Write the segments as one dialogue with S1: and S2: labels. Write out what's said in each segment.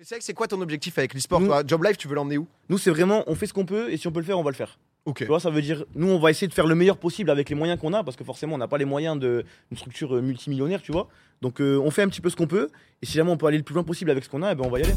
S1: Mais c'est vrai que c'est quoi ton objectif avec l'e-sport
S2: Nous-
S1: toi Job Life, tu veux l'emmener où
S2: Nous, c'est vraiment, on fait ce qu'on peut et si on peut le faire, on va le faire.
S1: Ok.
S2: Tu vois, ça veut dire, nous, on va essayer de faire le meilleur possible avec les moyens qu'on a, parce que forcément, on n'a pas les moyens de- d'une structure euh, multimillionnaire, tu vois. Donc, euh, on fait un petit peu ce qu'on peut, et si jamais on peut aller le plus loin possible avec ce qu'on a, eh ben, on va y aller.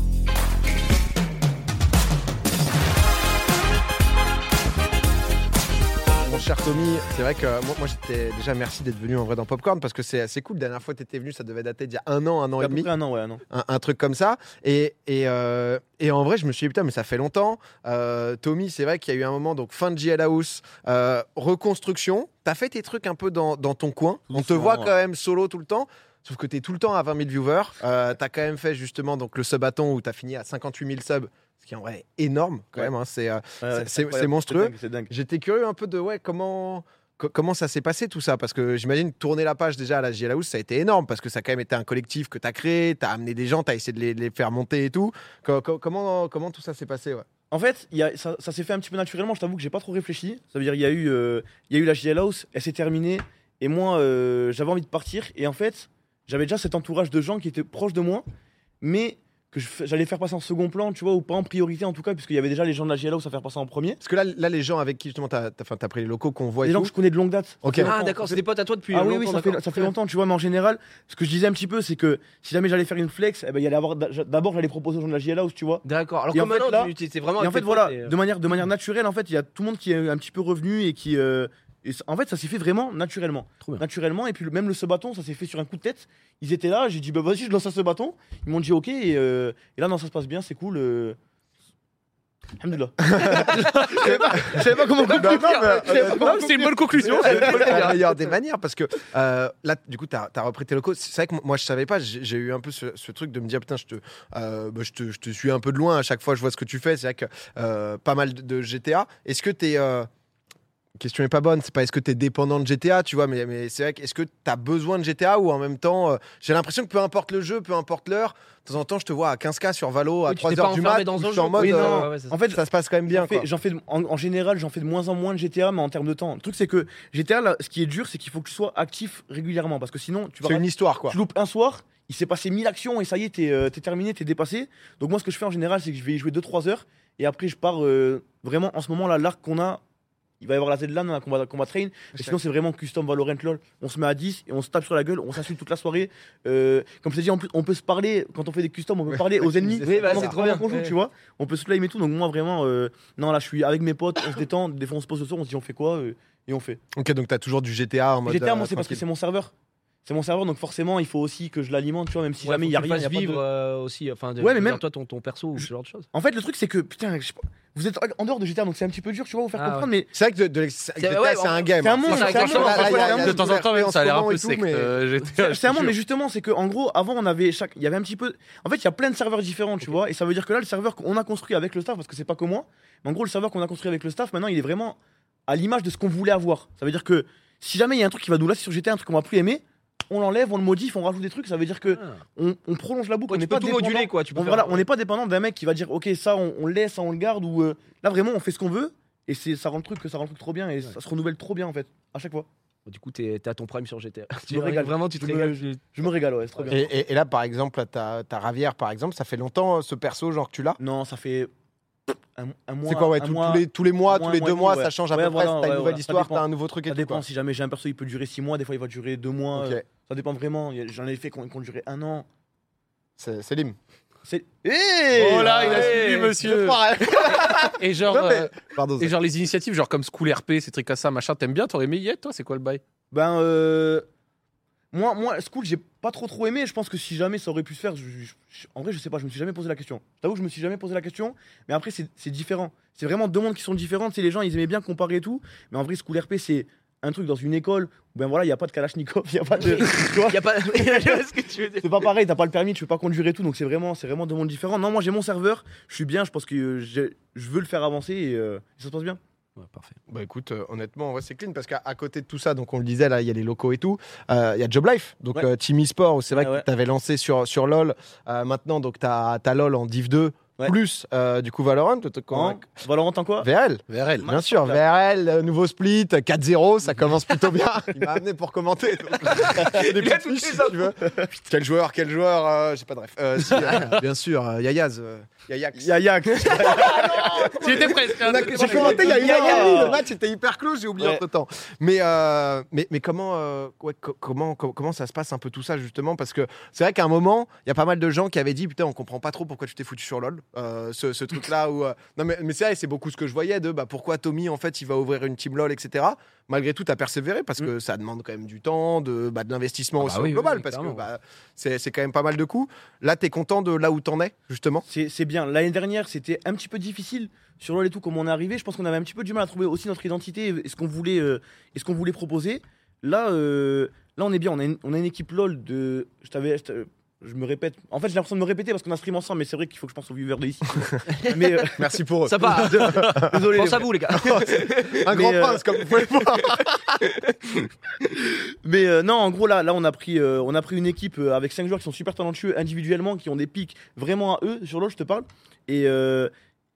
S1: Mon cher Tommy, c'est vrai que moi, moi, j'étais déjà merci d'être venu en vrai dans Popcorn parce que c'est assez cool. La dernière fois que tu étais venu, ça devait dater d'il y a un an, un an
S2: À
S1: et
S2: peu
S1: demi,
S2: près un an, ouais, un an.
S1: un, un truc comme ça. Et, et, euh, et en vrai, je me suis dit, putain, mais ça fait longtemps. Euh, Tommy, c'est vrai qu'il y a eu un moment, donc fin de JL House, euh, reconstruction. T'as fait tes trucs un peu dans, dans ton coin. On te
S2: Doucement,
S1: voit
S2: ouais.
S1: quand même solo tout le temps. Sauf que t'es tout le temps à 20 000 viewers. Euh, t'as quand même fait justement donc, le subathon où t'as fini à 58 000 subs, ce qui en vrai est énorme quand
S2: Ouais.
S1: même. hein. C'est, euh,
S2: Ouais, ouais,
S1: C'est- c'est
S2: incroyable.
S1: monstrueux.
S2: dingue, C'est dingue.
S1: J'étais curieux un peu de ouais, comment, co- comment ça s'est passé tout ça Parce que j'imagine tourner la page déjà à la JL House, ça a été énorme parce que ça a quand même été un collectif que tu as créé, tu as amené des gens, tu as essayé de les, les faire monter et tout. Co- co- comment, comment tout ça s'est passé ouais
S2: En fait, il y a- ça, ça s'est fait un petit peu naturellement. Je t'avoue que j'ai pas trop réfléchi. Ça veut dire il y a eu, euh, il y a eu la JL House, elle s'est terminée, et moi euh, j'avais envie de partir. Et en fait, j'avais déjà cet entourage de gens qui étaient proches de moi, mais que je fais- j'allais faire passer en second plan, tu vois, ou pas en priorité en tout cas, puisqu'il y avait déjà les gens de la JL House à faire passer en premier.
S1: Parce que là, là, les gens avec qui justement tu as, pris les locaux qu'on voit
S2: Des
S1: et
S2: gens
S1: tout.
S2: que je connais de longue date.
S1: Ok.
S2: Ça fait
S3: Ah
S2: longtemps.
S3: d'accord, c'est des potes à toi depuis
S2: Ah oui,
S3: longtemps.
S2: oui, ça fait,
S3: d'accord.
S2: ça fait longtemps, tu vois, mais en général, ce que je disais un petit peu, c'est que si jamais j'allais faire une flex, eh ben, il y allait avoir- d'abord j'allais proposer aux gens de la JL House, tu vois.
S3: D'accord. Alors
S2: Et
S3: que
S2: en fait,
S3: maintenant,
S2: là-
S3: tu- tu- c'est vraiment.
S2: Et en
S3: avec
S2: fait,
S3: tes
S2: voilà,
S3: potes et, euh,
S2: de, manière, de manière naturelle, en fait, il y a tout le monde qui est un petit peu revenu et qui. euh, et c- en fait, ça s'est fait vraiment naturellement.
S3: Trop bien.
S2: Naturellement, et puis le- même le ce bâton, ça s'est fait sur un coup de tête. Ils étaient là, j'ai dit, bah vas-y, je lance à ce bâton. Ils m'ont dit, ok, et, euh, et là, non, ça se passe bien, c'est cool. euh. Alhamdoulilah. je savais pas- je savais pas
S1: Non,
S2: comment
S1: non,
S2: conclure.
S1: mais,
S2: Je savais pas comment
S3: Non, c'est une
S2: conclure.
S3: bonne conclusion.
S1: C'est la meilleure des manières parce que euh, là, du coup, tu as, repris tes locaux. C'est vrai que moi, je savais pas. J'ai j'ai eu un peu ce, ce truc de me dire putain, je te, euh, bah, je, te, je te suis un peu de loin. À chaque fois, je vois ce que tu fais. C'est vrai que euh, pas mal de, de GTA. Est-ce que tu es. Question est pas bonne, c'est pas est-ce que tu es dépendant de GTA, tu vois, mais, mais c'est vrai que est-ce que tu as besoin de GTA ou en même temps, euh, j'ai l'impression que peu importe le jeu, peu importe l'heure, de temps en temps je te vois à 15K sur Valo, à
S3: Oui, tu t'es
S1: 3h
S3: pas
S1: du
S3: enfermé
S1: mat,
S3: dans
S1: où
S3: un
S1: je suis
S3: jeu,
S1: en
S3: quoi.
S1: mode,
S3: Oui, non,
S1: euh,
S3: ouais, ouais, c'est ça.
S2: En fait,
S1: ça se passe quand même bien.
S2: J'en fais-
S1: quoi.
S2: j'en fais de- en, en général, j'en fais de moins en moins de GTA, mais en termes de temps. Le truc, c'est que GTA, là, ce qui est dur, c'est qu'il faut que tu sois actif régulièrement, parce que sinon, tu vas
S1: C'est une histoire quoi.
S2: Tu loupes un soir, il s'est passé 1000 actions et ça y est, t'es euh, t'es terminé, t'es dépassé. Donc moi, ce que je fais en général, c'est que je vais y jouer 2-3 heures et après, je pars euh, vraiment en ce moment là, l'arc qu'on a. Il va y avoir la Z-LAN hein, qu'on va, qu'on va
S3: Ah,
S2: train. Mais sinon, c'est vraiment custom Valorant LOL. On se met à 10 et on se tape sur la gueule, on s'insulte toute la soirée. Euh, comme je t'ai dit, en plus, on peut se parler quand on fait des customs, on peut
S1: Ouais,
S2: parler aux ennemis.
S1: Oui, bah,
S2: pendant-
S3: c'est trop
S2: pendant
S3: bien.
S2: qu'on joue,
S3: Ouais.
S2: tu vois. On peut se flame et tout. Donc, moi, vraiment, euh, non, là, je suis avec mes potes, on se détend. Des fois, on se pose le soir, on se dit, on fait quoi euh, Et on fait.
S1: Ok, donc t'as toujours du GTA en mode.
S2: GTA, moi,
S1: euh,
S2: c'est parce que
S1: tranquille.
S2: c'est mon serveur. C'est mon serveur, donc forcément, il faut aussi que je l'alimente, tu vois, même si
S3: ouais,
S2: jamais il y a
S3: faut que tu
S2: rien.
S3: fasses
S2: il y a pas de-
S3: vivre euh, aussi, enfin, de,
S2: Ouais, mais
S3: je veux
S2: même-
S3: dire, toi, ton, ton perso ou
S2: Je-
S3: ce genre de choses.
S2: En fait, le truc, c'est que, putain, je sais pas, vous êtes en dehors de GTA, donc c'est un petit peu dur, tu vois, vous faire
S3: Ah,
S2: comprendre, mais
S1: C'est vrai que de, de l'ex- GTA,
S3: ouais,
S1: c'est
S3: en-
S1: un game.
S2: c'est un
S1: hein.
S2: monde,
S1: Franchement,
S3: c'est un
S1: franchement,
S3: game,
S1: là,
S3: c'est
S1: il y a-
S2: un
S1: il y a
S2: monde.
S4: de temps en temps, même,
S1: en
S4: ça a l'air
S1: ce
S4: un
S1: moment
S4: peu
S1: et tout,
S4: secte.
S1: mais-
S4: euh, j'étais- je
S2: c'est
S4: te
S2: un monde, mais
S4: jure.
S2: justement, c'est que en gros, avant, on avait chaque. Il y avait un petit peu. En fait, il y a plein de serveurs différents, tu vois, et ça veut dire que là, le serveur qu'on a construit avec le staff, parce que c'est pas que moi, mais en gros, le serveur qu'on a construit avec le staff, maintenant, il est vraiment à l'image de ce qu'on voulait avoir. Ça veut dire que si jamais il y a un truc qui va nous lasser sur GTA, un truc qu'on va plus aimer, on l'enlève, on le modifie, on rajoute des trucs, ça veut dire que on, on prolonge la boucle, on
S3: tu
S2: n'est
S3: peux
S2: pas
S3: tout
S2: dépendant-
S3: moduler, quoi. Tu peux
S2: On,
S3: faire-
S2: voilà, on n'est pas dépendant d'un mec qui va dire ok ça on, on le laisse, ça on le garde ou euh, là vraiment on fait ce qu'on veut et c'est ça rend le truc que ça rend le truc trop bien et ça se renouvelle trop bien en fait à chaque fois.
S3: Du coup, t'es t'es à ton prime sur GTA. Tu
S2: me
S3: ré-
S2: régale.
S3: Vraiment, tu te
S2: Je me
S3: régales.
S2: Je me régale ouais, c'est trop bien.
S1: Et, et- et là, par exemple, t'as t'as Ravière, par exemple, ça fait longtemps euh, ce perso, genre que tu l'as
S2: Non ça fait un, un mois.
S1: C'est quoi, ouais,
S2: un
S1: tout-
S2: mois,
S1: tous, les, tous les mois,
S2: un
S1: tous
S2: mois,
S1: les
S2: un
S1: deux
S2: mois et
S1: mois,
S2: demi,
S1: ça change à
S2: ouais.
S1: peu
S2: Ouais, voilà,
S1: près. T'as
S2: ouais,
S1: une
S2: voilà,
S1: nouvelle
S2: ça
S1: histoire,
S2: dépend.
S1: t'as un nouveau truc et
S2: Ça
S1: tout.
S2: dépend
S1: quoi.
S2: si jamais j'ai un perso il peut durer 6 mois, des fois il va durer 2 mois, euh,
S1: Ok,
S2: ça dépend vraiment. Il y a- J'en ai fait qu'on qu'on durait un an.
S1: c'est c'est Lim.
S2: C'est
S4: Oh là, il a
S3: Ouais.
S4: suivi, monsieur. Et genre,
S1: Non, mais-
S4: euh,
S1: Pardon.
S4: et genre les initiatives, genre comme School RP, ces trucs à ça, machin, t'aimes bien, t'aurais aimé y être, toi, c'est quoi le bail
S2: ben euh, moi moi School j'ai pas trop trop aimé. Je pense que si jamais ça aurait pu se faire, je- je- je- en vrai je sais pas, je me suis jamais posé la question. Je T'avoue que je me suis jamais posé la question. Mais après, c'est c'est différent. C'est vraiment deux mondes qui sont différents. Tu sais, les gens, ils aimaient bien comparer et tout. Mais en vrai, School RP, c'est un truc dans une école où, ben voilà, il n'y a pas de Kalachnikov, il n'y a pas de. tu vois,
S3: Il y a pas. ce que tu veux dire.
S2: c'est pas pareil, t'as pas le permis, tu peux pas conduire et tout. Donc c'est vraiment, c'est vraiment deux mondes différents. Non, moi j'ai mon serveur, je suis bien, je pense que euh, j'ai- je veux le faire avancer et euh, ça se passe bien.
S3: Ouais, parfait.
S1: Bah écoute, euh, honnêtement, en vrai, c'est clean parce qu'à à côté de tout ça, donc on le disait, là, il y a les locaux et tout, euh, il y a Job Life, donc
S2: Ouais. Ah
S1: euh, Team eSport, où c'est vrai
S2: Ouais,
S1: que
S2: ouais.
S1: tu avais lancé sur, sur LoL. Euh, maintenant, donc tu as, LoL en Div 2.
S2: Ouais. Hein
S1: plus euh, du coup Valorant. te- te
S2: Quand
S1: convainc-
S2: Valorant en quoi
S1: VRL,
S4: VRL.
S1: bien sûr, VRL, euh, nouveau split, 4-0, ça commence plutôt bien. Il m'a amené pour commenter. donc. Des petites
S3: toutes les
S1: fiches, si tu veux. Quel joueur, quel joueur, euh, j'ai pas de ref. Euh, si, euh, bien sûr, euh, Yayaz, euh, Yayax.
S2: Yayak.
S4: Tu étais presque. hein.
S1: On a- J'ai commenté il y a une heure
S2: Yaya.
S1: et demie, le match était hyper clos, j'ai oublié
S2: Ouais.
S1: entre temps. Mais, euh, mais, mais comment, euh, ouais, co- comment, co- comment ça se passe un peu tout ça justement Parce que c'est vrai qu'à un moment, il y a pas mal de gens qui avaient dit Putain, on comprend pas trop pourquoi tu t'es foutu sur LoL. Euh, ce ce truc-là où. euh, Non, mais, mais c'est vrai, c'est beaucoup ce que je voyais de bah, pourquoi Tommy en fait il va ouvrir une team LoL, etc. Malgré tout, t'as persévéré parce que ça demande quand même du temps, de, bah, de l'investissement
S3: Ah bah
S1: aussi au
S3: oui, oui,
S1: global
S3: oui,
S1: parce que
S3: clairement.
S1: bah, c'est c'est quand même pas mal de coups. Là, t'es content de là où t'en es justement
S2: C'est c'est bien. L'année dernière, c'était un petit peu difficile sur LoL et tout, comme on est arrivé. Je pense qu'on avait un petit peu du mal à trouver aussi notre identité et ce qu'on voulait, euh, et ce qu'on voulait proposer. Là, euh, là, on est bien. On a une, on a une équipe LoL de. Je t'avais. je t'avais- Je me répète. En fait, j'ai l'impression de me répéter parce qu'on a stream ensemble, mais c'est vrai qu'il faut que je pense aux viewers de ici. mais euh,
S1: Merci pour eux.
S3: Ça part.
S2: désolé.
S3: Pense à vous, les gars.
S1: un
S2: mais,
S1: grand
S2: euh,
S1: prince, comme vous pouvez le voir.
S2: Mais euh, non, en gros, là, là on, a pris, euh, on a pris une équipe euh, avec 5 joueurs qui sont super talentueux individuellement, qui ont des pics vraiment à eux, sur l'eau, je te parle. Et euh,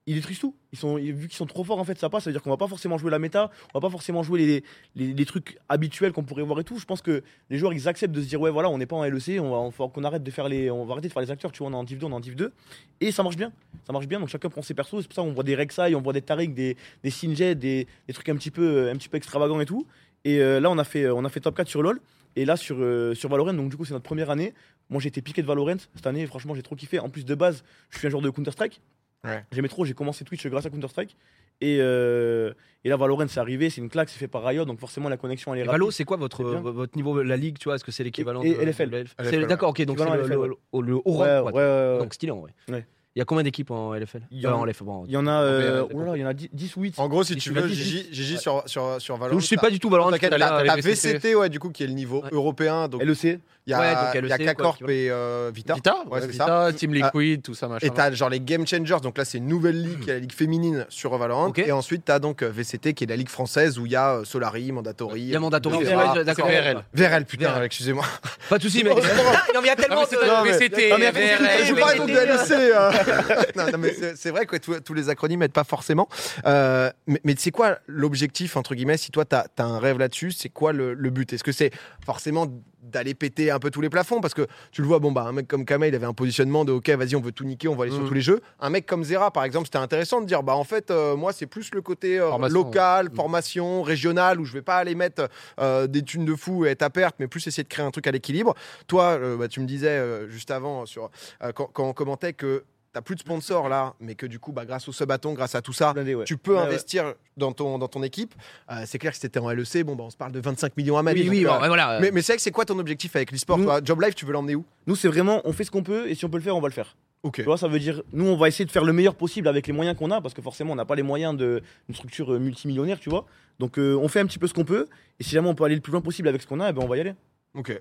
S2: ils détruisent tout. Ils sont, ils- vu qu'ils sont trop forts, en fait, ça passe. Ça veut dire qu'on va pas forcément jouer la méta, on va pas forcément jouer les, les, les trucs habituels qu'on pourrait voir et tout. Je pense que les joueurs, ils acceptent de se dire, ouais, voilà, on n'est pas en LEC, on va, on, faut qu'on arrête de faire les, on va arrêter de faire les acteurs, tu vois, on est en Div 2, on est en Div 2. Et ça marche bien. Ça marche bien, donc chacun prend ses persos. C'est pour ça qu'on voit des Rek'Sai, on voit des Tariq, des, des Singed, des, des trucs un petit, peu, euh, un petit peu extravagants et tout. Et euh, là, on a, fait, on a fait top 4 sur LoL. Et là, sur, euh, sur Valorant, donc du coup, c'est notre première année. Moi, j'ai été piqué de Valorant cette année. Franchement, j'ai trop kiffé. En plus, de base, je suis un joueur de Counter-Strike.
S1: Ouais.
S2: J'aimais trop. J'ai commencé Twitch grâce à Counter-Strike. Et, euh, et là, Valorant, c'est arrivé. C'est une claque, c'est fait par Riot. Donc, forcément, la connexion, elle est
S3: Et
S2: rapide.
S3: Valo, c'est quoi votre,
S2: C'est bien.
S3: euh, votre niveau, la ligue, tu vois Est-ce que c'est l'équivalent
S2: Et-
S3: de-
S2: et LFL.
S3: de la LFL?
S1: LFL,
S3: C'est- D'accord, ok, donc c'est
S2: Équivalent
S3: le,
S2: LFL,
S3: le,
S2: ouais.
S3: le- le haut
S2: Ouais,
S3: rang,
S2: ouais,
S3: quoi.
S2: ouais, ouais.
S3: Donc stylé en vrai.
S2: Ouais.
S3: Il y a combien d'équipes en LFL
S2: Il y en-
S3: Euh, en LFL, bon,
S2: Il y en a, euh,
S4: Ouais, ouais,
S2: oh là là, il y en a 10 10 ou 8.
S1: En gros, si
S3: Et
S1: tu
S3: tu m'as
S1: veux,
S3: dit
S1: Gigi, Gigi sur, sur, sur Valorant.
S3: Donc, je sais pas du tout Valorant.
S1: T'inquiète,
S3: tout à l'heure,
S1: t'as- t'as
S4: les VCT.
S1: VCT, ouais, du coup, qui est le niveau
S3: Ouais.
S1: européen. Donc,
S2: LEC.
S1: il y a,
S3: Ouais, donc
S1: il y a
S3: LEC, quoi,
S1: K-Corp
S3: qui va-
S1: et euh, Vita.
S4: Vita,
S1: Ouais, c'est Ah.
S4: Vita, Team Liquid, tout ça, machin. Ah,
S1: Et t'as genre les Game Changers, donc là c'est une nouvelle ligue, qui est la ligue féminine sur Valorant.
S3: Mm. Ok.
S1: Et ensuite t'as donc euh, VCT qui est la ligue française où il y a euh, Solari, Mandatory.
S3: Il y a Mandatory.
S1: Non,
S3: ouais,
S1: c'est pas-
S3: ouais, D'accord.
S4: c'est VRL.
S1: VRL, putain,
S3: VRL.
S1: excusez-moi.
S3: Pas de soucis, mec. Non, mais il y a tellement de.
S1: Non, mais-
S4: VCT,
S1: Non, mais attends,
S4: VRL,
S1: je vous parle donc de
S3: VRL.
S1: LEC, euh. Non, non, mais c'est- c'est vrai que tous tous les acronymes aident pas forcément. Euh, mais mais c'est quoi l'objectif, entre guillemets, si toi, tu as, un rêve là-dessus, c'est quoi le, le but Est-ce que c'est forcément d'aller péter un peu tous les plafonds Parce que tu le vois, bon, bah, un mec comme Kama, il avait un positionnement de OK, vas-y, on veut tout niquer, on va aller sur
S4: Mhm.
S1: tous les jeux. Un mec comme Zera, par exemple, c'était intéressant de dire, bah, en fait, euh, moi, c'est plus le côté euh,
S4: Formation,
S1: local,
S4: ouais.
S1: formation, régional, où je vais pas aller mettre euh, des thunes de fou et être à perte, mais plus essayer de créer un truc à l'équilibre. Toi, euh, bah, tu me disais euh, juste avant, sur, euh, quand, quand on commentait que t'as plus de sponsors là, mais que du coup, bah, grâce au subathon, grâce à tout ça,
S2: blindé, ouais.
S1: tu peux
S2: Ouais, ouais.
S1: investir Dans, ton, dans ton équipe. Euh, c'est clair que si t'étais en LEC, bon, bah, on se parle de 25 millions à mettre.
S3: Oui,
S1: donc,
S3: oui,
S1: euh,
S3: bon, ouais, voilà.
S1: mais, mais c'est vrai que c'est quoi ton objectif avec l'e-sport
S3: Mm.
S2: Nous-
S1: toi Job Life, tu veux l'emmener où
S2: Nous, c'est vraiment, on fait ce qu'on peut et si on peut le faire, on va le faire.
S1: Ok.
S2: Tu vois, ça veut dire, nous, on va essayer de faire le meilleur possible avec les moyens qu'on a, parce que forcément, on n'a pas les moyens de- d'une structure euh, multimillionnaire, tu vois. Donc, euh, on fait un petit peu ce qu'on peut, et si jamais on peut aller le plus loin possible avec ce qu'on a, eh ben, on va y aller.
S1: Ok.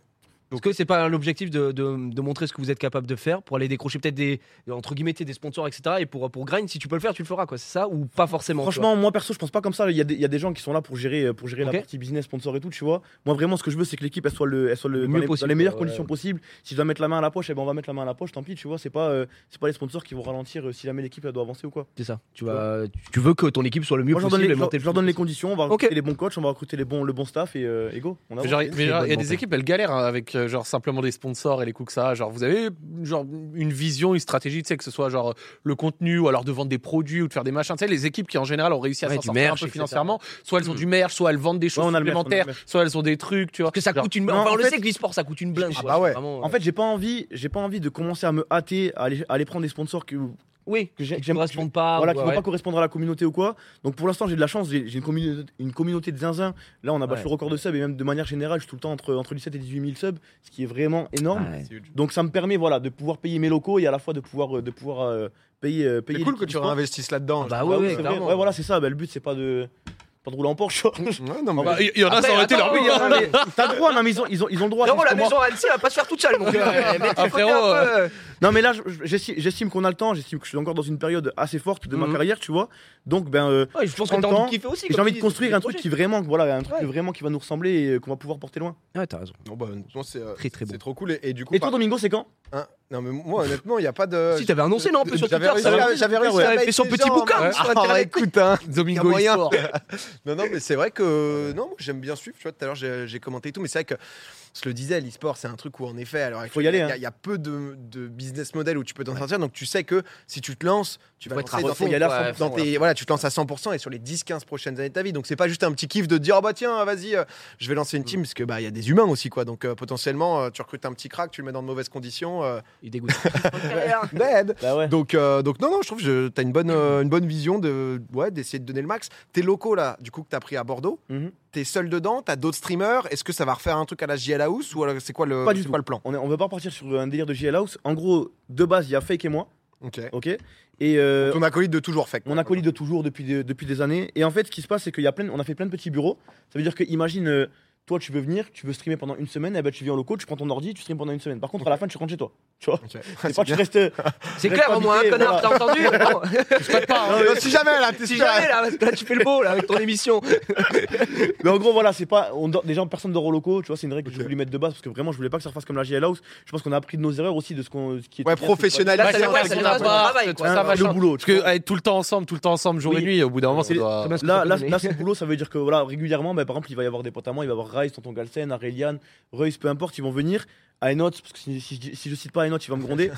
S3: Est-ce que c'est pas l'objectif de, de- de montrer ce que vous êtes capable de faire pour aller décrocher peut-être des entre guillemets des sponsors etc et pour pour grind si tu peux le faire tu le feras quoi c'est ça ou pas forcément tu vois
S2: Franchement, moi, perso, je pense pas comme ça. Il y, a des- il y a des gens qui sont là pour gérer, euh, pour gérer
S3: Ok.
S2: la partie business, sponsor et tout, tu vois. Moi, vraiment, ce que je veux, c'est que l'équipe, elle soit, le, elle soit le,
S3: Le
S2: dans,
S3: mieux
S2: les, dans
S3: possible,
S2: les meilleures
S3: ouais.
S2: conditions possibles. Si je dois mettre la main à la poche, eh ben, on va mettre la main à la poche, tant pis, tu vois. C'est pas, euh, c'est pas les sponsors qui vont ralentir euh, si jamais l'équipe, elle doit avancer ou quoi.
S3: c'est ça tu vas tu veux que ton équipe soit le mieux
S2: Moi, je leur donne
S3: possible
S2: les,
S3: et monter
S2: je leur donne les conditions, on va
S3: Ok.
S2: recruter les bons coachs, on va recruter les bons, le bon staff et, euh, et go. On avance.
S4: Mais genre, mais
S3: c'est
S4: genre, il y a
S3: bonne
S4: des
S3: volonté.
S4: équipes, elles galèrent hein, avec euh, genre simplement des sponsors et les coups que ça. a. Genre, vous avez genre une vision, une stratégie, tu sais, que ce soit genre le contenu ou alors de vendre des produits ou de faire des machins. Tu sais, les équipes qui en général ont réussi à
S3: Ouais,
S4: s'en
S3: du
S4: sortir
S3: merch,
S4: un peu
S3: etc.
S4: financièrement, soit elles ont du merch, soit elles vendent des choses
S2: Ouais, on a le merch, on a le
S4: supplémentaires,
S2: merch.
S4: soit elles ont des trucs, tu vois.
S3: parce que ça
S4: Genre,
S3: coûte une
S2: non,
S3: enfin,
S2: en
S3: on le
S2: fait-
S3: sait que l'e-sport ça coûte une blinde
S1: Ah
S3: quoi.
S1: bah
S3: C'est
S1: ouais.
S3: vraiment, euh,
S2: En fait, j'ai pas envie, j'ai pas envie de commencer à me hâter, à aller, à aller prendre des sponsors que,
S3: oui
S2: que j'ai-
S3: qui
S2: que j'aime
S3: ne correspondent pas
S2: Voilà,
S3: ou-
S2: qui vont
S3: ouais.
S2: pas correspondre à la communauté ou quoi. Donc pour l'instant, j'ai de la chance, j'ai j'ai une, communi- une communauté de zinzins. Là, on a battu
S3: Ouais.
S2: le record de subs et même de manière générale, je suis tout le temps entre, entre 17 et 18 000 subs, ce qui est vraiment énorme.
S3: Ouais.
S2: Donc ça me permet voilà, de pouvoir payer mes locaux et à la fois de pouvoir, euh, de pouvoir euh, payer, euh, payer.
S1: C'est cool
S2: les
S1: que tu
S2: équipes sport.
S1: réinvestisses là-dedans.
S3: bah
S2: Ah
S3: ouais,
S2: oui,
S3: ouais,
S2: c'est vrai.
S3: clairement.
S2: Ouais, voilà, c'est ça. Bah, le but, c'est pas de, pas de rouler en Porsche.
S3: Ah,
S1: Ouais, non, mais-
S4: Bah, Il y, il y en a, ça aurait été leur
S3: attends,
S4: but.
S3: oui, hein, mais-
S2: T'as le droit, non, mais ils ont, ils ont, ils ont le droit.
S3: Non,
S2: sauf
S3: la
S2: que moi-
S3: maison à Annecy, elle va pas se faire toute seule. Donc, euh, mais tu faut
S4: Ah,
S3: faire
S4: frérot,
S3: un peu, euh,
S2: Non, mais là, je- je- j'estime j'estime qu'on a le temps. J'estime que je suis encore dans une période assez forte de
S4: Mhm.
S2: ma carrière, tu vois. Donc, ben, euh,
S3: Ouais, je pense
S2: prends le
S3: que t'as envie
S2: temps,
S3: de kiffer aussi.
S2: j'ai
S3: comme
S2: envie
S3: tu
S2: de
S3: dis,
S2: construire
S3: des
S2: un truc
S3: projets.
S2: qui vraiment, voilà, un truc
S3: Ouais.
S2: vraiment qui va nous ressembler et qu'on va pouvoir porter loin.
S3: Ouais, t'as raison.
S1: Non, bah, honnêtement, c'est euh,
S3: Très, très bon.
S1: c'est trop cool. Et, et du coup,
S2: Et toi,
S1: par-
S2: Domingo, c'est quand
S1: hein, non, mais moi, honnêtement, il n'y a pas de.
S3: Si t'avais annoncé, non, un peu sur
S1: J'avais
S3: Twitter,
S1: réussi
S3: ça
S1: à-
S3: va.
S1: j'avais réussi
S3: Ouais,
S1: à
S3: fait
S1: mettre
S3: son
S1: les
S3: petit
S1: gens,
S3: bouquin,
S1: hein.
S3: sur
S1: Ah,
S3: Internet.
S1: écoute, hein. Y a
S4: Domingo
S1: moyen.
S4: Esport.
S1: Non, non, mais c'est vrai que. Non, moi, j'aime bien suivre. Tu vois, tout à l'heure, j'ai j'ai commenté et tout, mais c'est vrai que. Je le disais, l'e-sport, c'est un truc où, en effet, alors
S2: Faut y aller,
S1: Il y,
S2: hein.
S1: a- il y a peu de, de business model où tu peux t'en sortir. Donc, tu sais que si tu te lances, tu vas
S2: Faut
S1: être
S2: être à
S1: lancer dans
S2: fond,
S1: tes-
S2: y aller à
S1: dans
S2: fond,
S1: tes- voilà. tu te lances à 100% et sur les 10-15 prochaines années de ta vie. Donc, c'est pas juste un petit kiff de dire, oh bah tiens, vas-y, euh, je vais lancer une
S2: Mm.
S1: team, parce que bah, il y a des humains aussi, quoi. Donc, euh, potentiellement, euh, tu recrutes un petit crack, tu le mets dans de mauvaises conditions. euh,
S3: Il dégoûte.
S1: dead.
S2: Bah ouais.
S1: Donc, euh, donc non, non, je trouve que tu as une bonne, euh, une bonne vision de, ouais, d'essayer de donner le max. Tes locaux, là, du coup, que tu as pris à Bordeaux,
S2: Mhm.
S1: t'es seul dedans, t'as d'autres streamers. Est-ce que ça va refaire un truc à la JL House ou alors c'est quoi le,
S2: Pas du
S1: c'est
S2: tout.
S1: quoi le plan
S2: On, est, on va pas repartir sur un délire de JL House. En gros, de base, il y a Fake et moi,
S1: Ok.
S2: ok Et euh,
S1: Ton acolyte de toujours fait.
S2: mon acolyte de toujours depuis des, depuis des années. Et en fait, ce qui se passe, c'est qu'il y a plein, on a fait plein de petits bureaux. Ça veut dire que, imagine, euh, toi, tu veux venir, tu veux streamer pendant une semaine, et ben tu viens au loco, tu prends ton ordi, tu streames pendant une semaine. Par contre, à la fin, tu rentres chez toi. Tu vois
S1: Ok.
S2: C'est pas tu restes. euh,
S3: C'est clair, au moins, un
S2: Responsabilité,
S3: connard, t'as entendu Non.
S1: Non, mais Euh, si jamais, là, t'es
S3: Si
S1: sûr,
S3: jamais, là, parce que là, tu fais le beau, là, avec ton émission.
S2: Mais en gros, voilà, c'est pas. On, dort- déjà, personne dort au loco, tu vois, c'est une règle que
S1: Ok.
S2: je voulais mettre de base parce que vraiment, je voulais pas que ça refasse comme la JL House. Je pense qu'on a appris de nos erreurs aussi, de ce, qu'on ce qui
S1: Ouais,
S2: est.
S4: Bah,
S3: Là, ça
S1: professionnalisé.
S3: dépend, ça dépend de ton travail, quoi.
S4: Ça,
S2: Ça
S4: machin.
S2: Ah, le boulot,
S4: Parce
S2: tu
S4: que euh,
S2: vois.
S4: être tout le temps ensemble, tout le temps ensemble, jour et
S2: Oui.
S4: nuit, au bout d'un moment, ça
S2: C'est-
S4: doit.
S3: Très bien ce que
S2: Là,
S3: ça
S2: là,
S3: peut
S2: là,
S3: donner.
S2: c'est le boulot, ça veut dire que voilà, régulièrement, bah, par exemple, il va y avoir des potes à moi, il va y avoir Rice, Tonton Galsen, Aurelian, Reus, peu importe, ils vont venir. Aenot, parce que si, si je dis- si je cite pas Aenot, il va me gronder.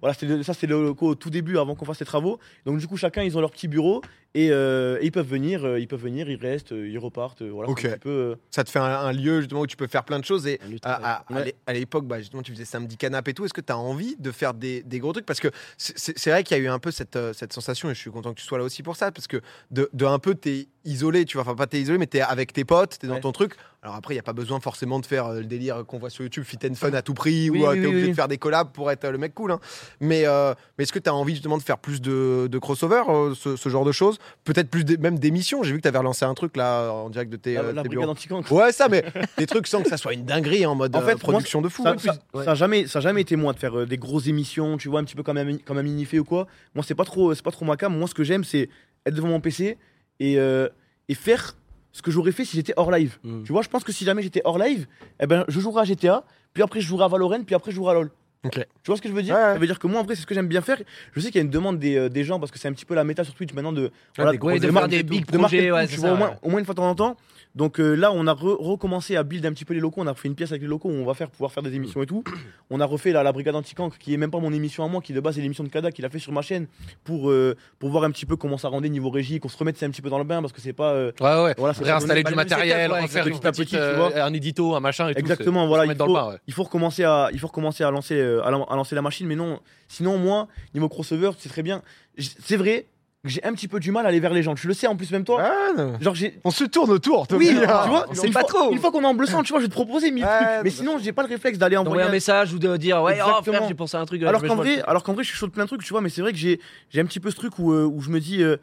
S2: voilà, c'était le- ça c'était le loco au tout début, avant qu'on fasse les travaux. Donc du coup, chacun, ils ont leur petit bureau et, euh, et ils peuvent venir, euh, ils peuvent venir, ils restent, euh, ils repartent. euh, voilà,
S1: Ok.
S2: c'est un petit peu, euh,
S1: Ça te fait un, un lieu justement où tu peux faire plein de choses. Et
S3: lieu de
S1: à, à- à
S2: Ouais.
S1: l'é- à l'époque, bah, justement, tu faisais samedi canapé et tout. Est-ce que tu as envie de faire des, des gros trucs Parce que c'est- c'est c'est vrai qu'il y a eu un peu cette, euh, cette sensation, et je suis content que tu sois là aussi pour ça, parce que de, de un peu, t'es isolé, tu vois, enfin pas t'es isolé, mais t'es avec tes potes, t'es dans
S2: Ouais.
S1: ton truc. Alors après, il n'y a pas besoin forcément de faire euh, le délire qu'on voit sur YouTube, fit and fun à tout prix,
S3: Oui,
S1: ou euh,
S3: oui,
S1: t'es
S3: oui,
S1: obligé
S3: oui.
S1: de faire des collabs pour être euh, le mec cool. hein. Mais, euh, mais est-ce que tu as envie justement de faire plus de, de crossover, euh, ce, ce genre de choses Peut-être plus des- même d'émissions. J'ai vu que tu avais relancé un truc là en direct de tes,
S2: la,
S1: euh,
S2: Ah, la
S1: tes
S2: brigade
S1: bureaux.
S2: anti-cancre.
S1: Ouais, ça, mais des trucs sans que ça soit une dinguerie en mode
S2: En
S1: euh,
S2: fait,
S1: production de fou.
S2: Ça,
S1: ouais.
S2: ça- ça a jamais, ça a jamais été moi de faire euh, des grosses émissions, tu vois, un petit peu comme un, comme un mini-fait ou quoi. Moi, c'est pas trop, euh, c'est pas trop ma cam. Moi, ce que j'aime, c'est être devant mon PC et, euh, et faire ce que j'aurais fait si j'étais hors live.
S1: Hmm.
S3: Mm.
S2: Tu vois, je pense que si jamais j'étais hors live, eh ben, je jouerais à GTA, puis après, je jouerais à Valorant, puis après, je jouerais à LoL.
S1: Ok.
S2: Tu vois ce que je veux dire
S1: Ouais, ouais.
S2: Ça veut dire que moi, en vrai, c'est ce que j'aime bien faire. Je sais qu'il y a une demande des, euh, des gens parce que c'est un petit peu la méta sur Twitch maintenant de, voilà,
S3: des gros- de
S2: de
S3: faire
S2: marquer
S3: des
S2: le
S3: big
S2: coup, de marquer
S3: projets,
S2: le coup,
S3: ouais,
S2: tu
S3: c'est
S2: vois,
S3: ça,
S2: au,
S3: ouais.
S2: moins, au moins une fois de temps en temps. Donc euh, là, on a re- recommencé à build un petit peu les locaux. On a fait une pièce avec les locaux où on va faire pouvoir faire des émissions et tout. On a refait la, la brigade anti-cancre qui est même pas mon émission à moi, qui de base est l'émission de Kada qu'il a fait sur ma chaîne pour, euh, pour voir un petit peu comment ça rendait niveau régie, qu'on se remette c'est un petit peu dans le bain parce que c'est pas. euh,
S4: Ouais, ouais.
S2: voilà, c'est
S4: Réinstaller
S3: pas
S4: du
S3: le même
S4: matériel,
S3: setup, ouais,
S4: en faire une
S2: exactement.
S4: petite,
S2: Petit à petit, tu
S4: euh,
S2: vois.
S4: un édito, un machin et tout.
S2: Exactement,
S4: c'est-
S2: voilà,
S4: se
S2: il
S4: mettre
S2: faut,
S4: dans le bain, ouais.
S2: il faut recommencer à, il faut recommencer à lancer, euh, à, lan- à lancer la machine, mais non, sinon moi, niveau crossover, c'est très bien. J- C'est vrai que j'ai un petit peu du mal à aller vers les gens. Tu le sais en plus même toi.
S1: Ah, non.
S2: Genre j'ai,
S1: On se tourne autour, Thomas.
S2: oui, tu vois,
S3: c'est
S2: une
S3: pas
S2: fois-
S3: trop.
S2: Une fois qu'on est en bleu sang, tu vois, je vais te proposer mille
S1: Ouais,
S2: trucs.
S1: bah,
S2: Mais sinon, j'ai pas le réflexe d'aller
S3: D'envoyer
S2: envoyer.
S3: un message ou de dire, ouais, oh frère,
S2: Exactement.
S3: j'ai pensé à un truc.
S2: un- Alors
S3: je
S2: qu'en
S3: vois le
S2: vrai,
S3: truc.
S2: alors qu'en vrai, je suis chaud de plein de trucs, tu vois. Mais c'est vrai que j'ai, j'ai un petit peu ce truc où, euh, où je me dis, euh,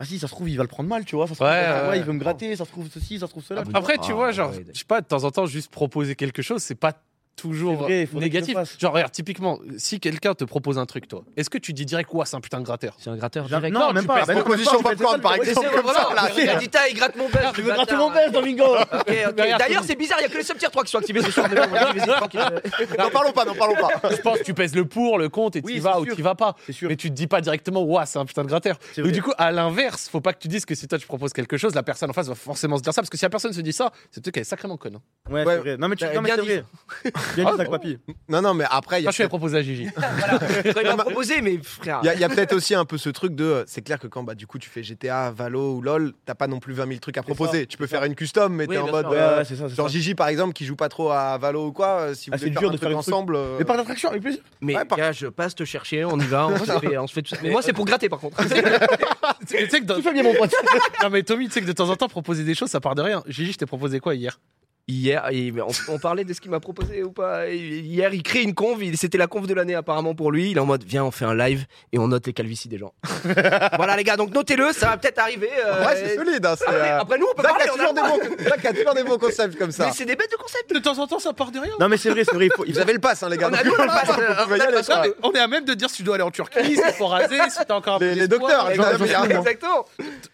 S2: ah si, ça se trouve, il va le prendre mal, tu vois. Ça se trouve,
S4: Ouais,
S2: il va dire,
S4: ouais.
S2: il veut me gratter. Ça se trouve ceci, ça se trouve cela.
S3: Ah,
S2: tu
S4: Après,
S3: Ah,
S4: tu vois, genre,
S3: ouais,
S4: je sais pas, de temps en temps, juste proposer quelque chose, c'est pas toujours
S2: C'est vrai, faudrait que je
S4: négatif.
S2: le fasse.
S4: Genre, regarde, typiquement, si quelqu'un te propose un truc, toi, est-ce que tu dis direct, ouah, c'est un putain de gratteur
S3: C'est un gratteur
S2: vois.
S3: direct.
S2: non,
S4: non,
S2: même
S4: tu
S2: pas.
S4: passes
S2: bah, non,
S1: proposition
S2: même pas, je fais
S1: popcorn,
S2: ça,
S1: par
S2: mais ouais,
S1: exemple,
S3: C'est-
S1: comme
S3: voilà,
S1: ça, là.
S3: regarde, il dit, Ah, il gratte mon père.
S2: Je veux gratter mon best, Domingo.
S3: Ok, ok.
S4: Derrière,
S3: D'ailleurs,
S4: Tony.
S3: c'est bizarre, il y a que le seul tier 3 qui soit activé ce soir. mais bon, on va laisser tranquille.
S1: N'en parlons pas, n'en parlons pas.
S4: Je pense que tu pèses le pour, le contre, et tu
S2: Oui,
S4: vas
S2: c'est
S4: ou
S2: sûr.
S4: tu vas pas.
S2: C'est sûr.
S4: Mais tu te dis pas directement, ouah, c'est un putain de gratteur.
S2: c'est
S4: Donc,
S2: vrai.
S4: du coup, à l'inverse, faut pas que tu dises que si toi tu proposes quelque chose, la personne en face va forcément se dire ça. Parce que si la personne se dit ça, c'est peut-être qu'elle est sacrément conne. hein.
S2: Ouais,
S1: Ouais.
S2: c'est vrai. Non mais tu,
S3: T'as
S2: non, mais
S3: bien
S2: c'est
S3: dit
S2: vrai. Bien dit, sac papy.
S1: Non, non, mais après, il y
S4: Enfin,
S1: a
S4: je suis proposé à Gigi.
S3: Voilà. Quand il m'a proposé, mais frère.
S1: Il y a, il y a peut-être aussi un peu ce truc de. euh, C'est clair que quand bah, du coup tu fais GTA, Valo ou LOL, t'as pas non plus 20 000 trucs à proposer. tu peux faire une custom, mais
S3: Oui,
S1: t'es en
S3: bien
S1: mode.
S3: sûr.
S2: Ouais,
S1: euh,
S2: ouais, c'est ça, c'est
S1: genre
S2: ça.
S1: Gigi par exemple qui joue pas trop à Valo ou quoi, euh, si vous
S2: Ah,
S1: voulez
S2: c'est
S1: faire
S2: dur
S1: un
S2: de
S1: truc
S2: faire un truc.
S1: ensemble. euh,
S2: Mais par d'attraction, avec plaisir.
S3: Mais
S1: Ouais, par-
S3: gars, je passe te chercher, on y va, on se fait, on se fait tout ça. Mais moi, c'est pour gratter par contre.
S4: Tu sais que dans-
S2: Tout fait bien, mon pote.
S4: Non mais Tommy, tu sais que de temps en temps proposer des choses, ça part de rien. Gigi, je t'ai proposé quoi hier
S3: Hier, il- on, on parlait de ce qu'il m'a proposé ou pas. Hier, il crée une conve. il- C'était la conve de l'année apparemment pour lui. Il est en mode, viens, on fait un live et on note les calvities des gens. voilà les gars, donc notez-le, ça va peut-être arriver. euh,
S1: Ouais, c'est solide. Hein, c'est,
S3: après,
S1: euh,
S3: après, nous, on peut
S1: Zach
S3: parler.
S1: a
S3: on a
S1: toujours
S3: le
S1: des
S3: droit.
S1: bons- Zach a toujours des bons concepts comme ça.
S3: Mais c'est des bêtes de concept.
S4: De temps en temps, ça part de rien.
S2: Non, mais c'est vrai, c'est vrai. il faut- il
S1: Vous
S2: faut-
S1: avez le pass, hein, les gars.
S3: On a
S1: donc
S3: nous,
S1: vous
S3: on le passe,
S1: pouvez
S3: euh, on a
S1: y
S3: le
S1: aller,
S3: passe,
S1: ça.
S4: Non, mais on est à même de dire si tu dois aller en Turquie, s'il faut raser, si t'as encore un peu
S1: Les- les
S4: d'espoir.
S1: docteurs, les
S4: Genre,
S1: gens-
S4: genre,
S1: Jean-Jean.
S3: Exactement.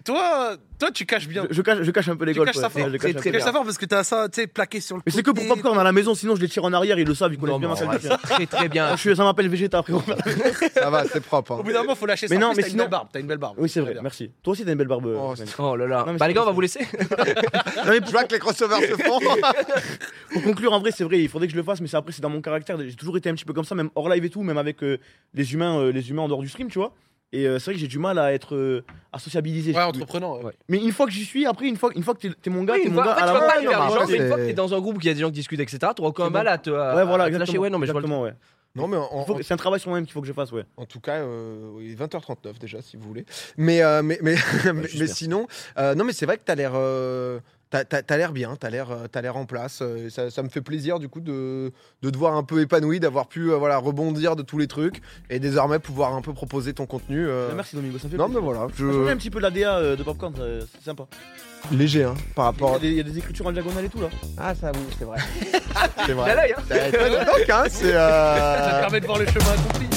S4: toi, toi, tu caches bien.
S2: je, je cache, je cache un peu les
S4: Tu
S2: golfs,
S4: caches
S2: ouais.
S4: ça fort.
S2: Ouais, je cache
S3: Très,
S2: un peu.
S3: très
S4: Tu caches ça fort parce que t'as ça, tu sais, plaqué sur le.
S2: Mais c'est que pour
S4: côté.
S2: popcorn à la maison, sinon je les tire en arrière, ils le savent, ils
S3: Non,
S2: connaissent bien ma
S3: mais on
S2: salle.
S3: reste Ah, très très bien.
S2: Je suis- Ça m'appelle Végéta, frérot.
S1: Ça va, c'est propre. hein.
S4: Au bout d'un moment, faut lâcher ça.
S2: Mais
S4: En
S2: non,
S4: plus,
S2: mais
S4: t'as
S2: sinon-
S4: une belle barbe. T'as une belle barbe.
S2: Oui, c'est
S4: Très
S2: vrai,
S4: bien.
S2: merci. Toi aussi, t'as une belle barbe.
S1: Oh,
S2: Manu.
S3: Oh là là.
S2: Non, mais
S3: bah les
S2: c'est
S3: gars, on
S2: pas
S3: va vous laisser.
S2: Non, mais
S1: Je vois que les crossovers se font.
S2: Pour conclure, en vrai, c'est vrai, il faudrait que je le fasse, mais c'est après, c'est dans mon caractère. J'ai toujours été un petit peu comme ça, même hors live et tout, même avec euh, les humains, euh, les humains en dehors du stream, tu vois. Et euh, c'est vrai que j'ai du mal à être euh, à sociabiliser.
S4: Ouais, entreprenant.
S3: Ouais.
S2: Mais une fois que j'y suis, après, une fois, une fois que t'es- t'es mon gars,
S3: Oui,
S2: t'es
S3: une
S2: mon gars.
S3: fois- en fait,
S2: à
S3: tu
S2: la main,
S3: vas pas
S1: ouais,
S3: le faire
S1: non,
S3: aux gens,
S1: après,
S3: mais une fois
S1: c'est-
S3: que t'es dans un groupe où il y a des gens qui discutent, etc., t'auras aucun
S2: C'est
S3: mal à te, à-
S2: Ouais, voilà,
S3: à te lâcher.
S2: exactement.
S3: Ouais, non, mais je vois le-
S2: exactement, ouais.
S1: Non, mais en,
S2: Il faut que- C'est un travail sur moi-même qu'il faut que je fasse, ouais.
S1: En tout cas, euh, il est 20h39 déjà, si vous voulez. Mais, euh, mais, mais, mais-
S2: Ah, juste
S1: mais
S2: merci.
S1: sinon, euh, non, mais c'est vrai que t'as l'air. euh, T'as t'as- t'as l'air bien, t'as l'air, euh, t'as l'air en place. euh, Ça, ça me fait plaisir du coup de, de te voir un peu épanoui, d'avoir pu euh, voilà rebondir de tous les trucs et désormais pouvoir un peu proposer ton contenu. euh.
S2: Bah, Merci Domingo, ça me fait
S1: Non
S2: plaisir.
S1: mais voilà,
S2: Ça change un
S1: je...
S2: petit peu de la DA euh, de Popcorn, euh, c'est sympa.
S1: léger hein, par
S2: Il y,
S1: rapport.
S2: a des, il y a des écritures en diagonale et tout là.
S1: Ah ça oui, c'est vrai. c'est
S3: T'as
S1: vrai. Bah,
S3: l'œil, hein
S1: Donc hein, c'est. euh,
S4: Ça permet de voir le chemin accompli.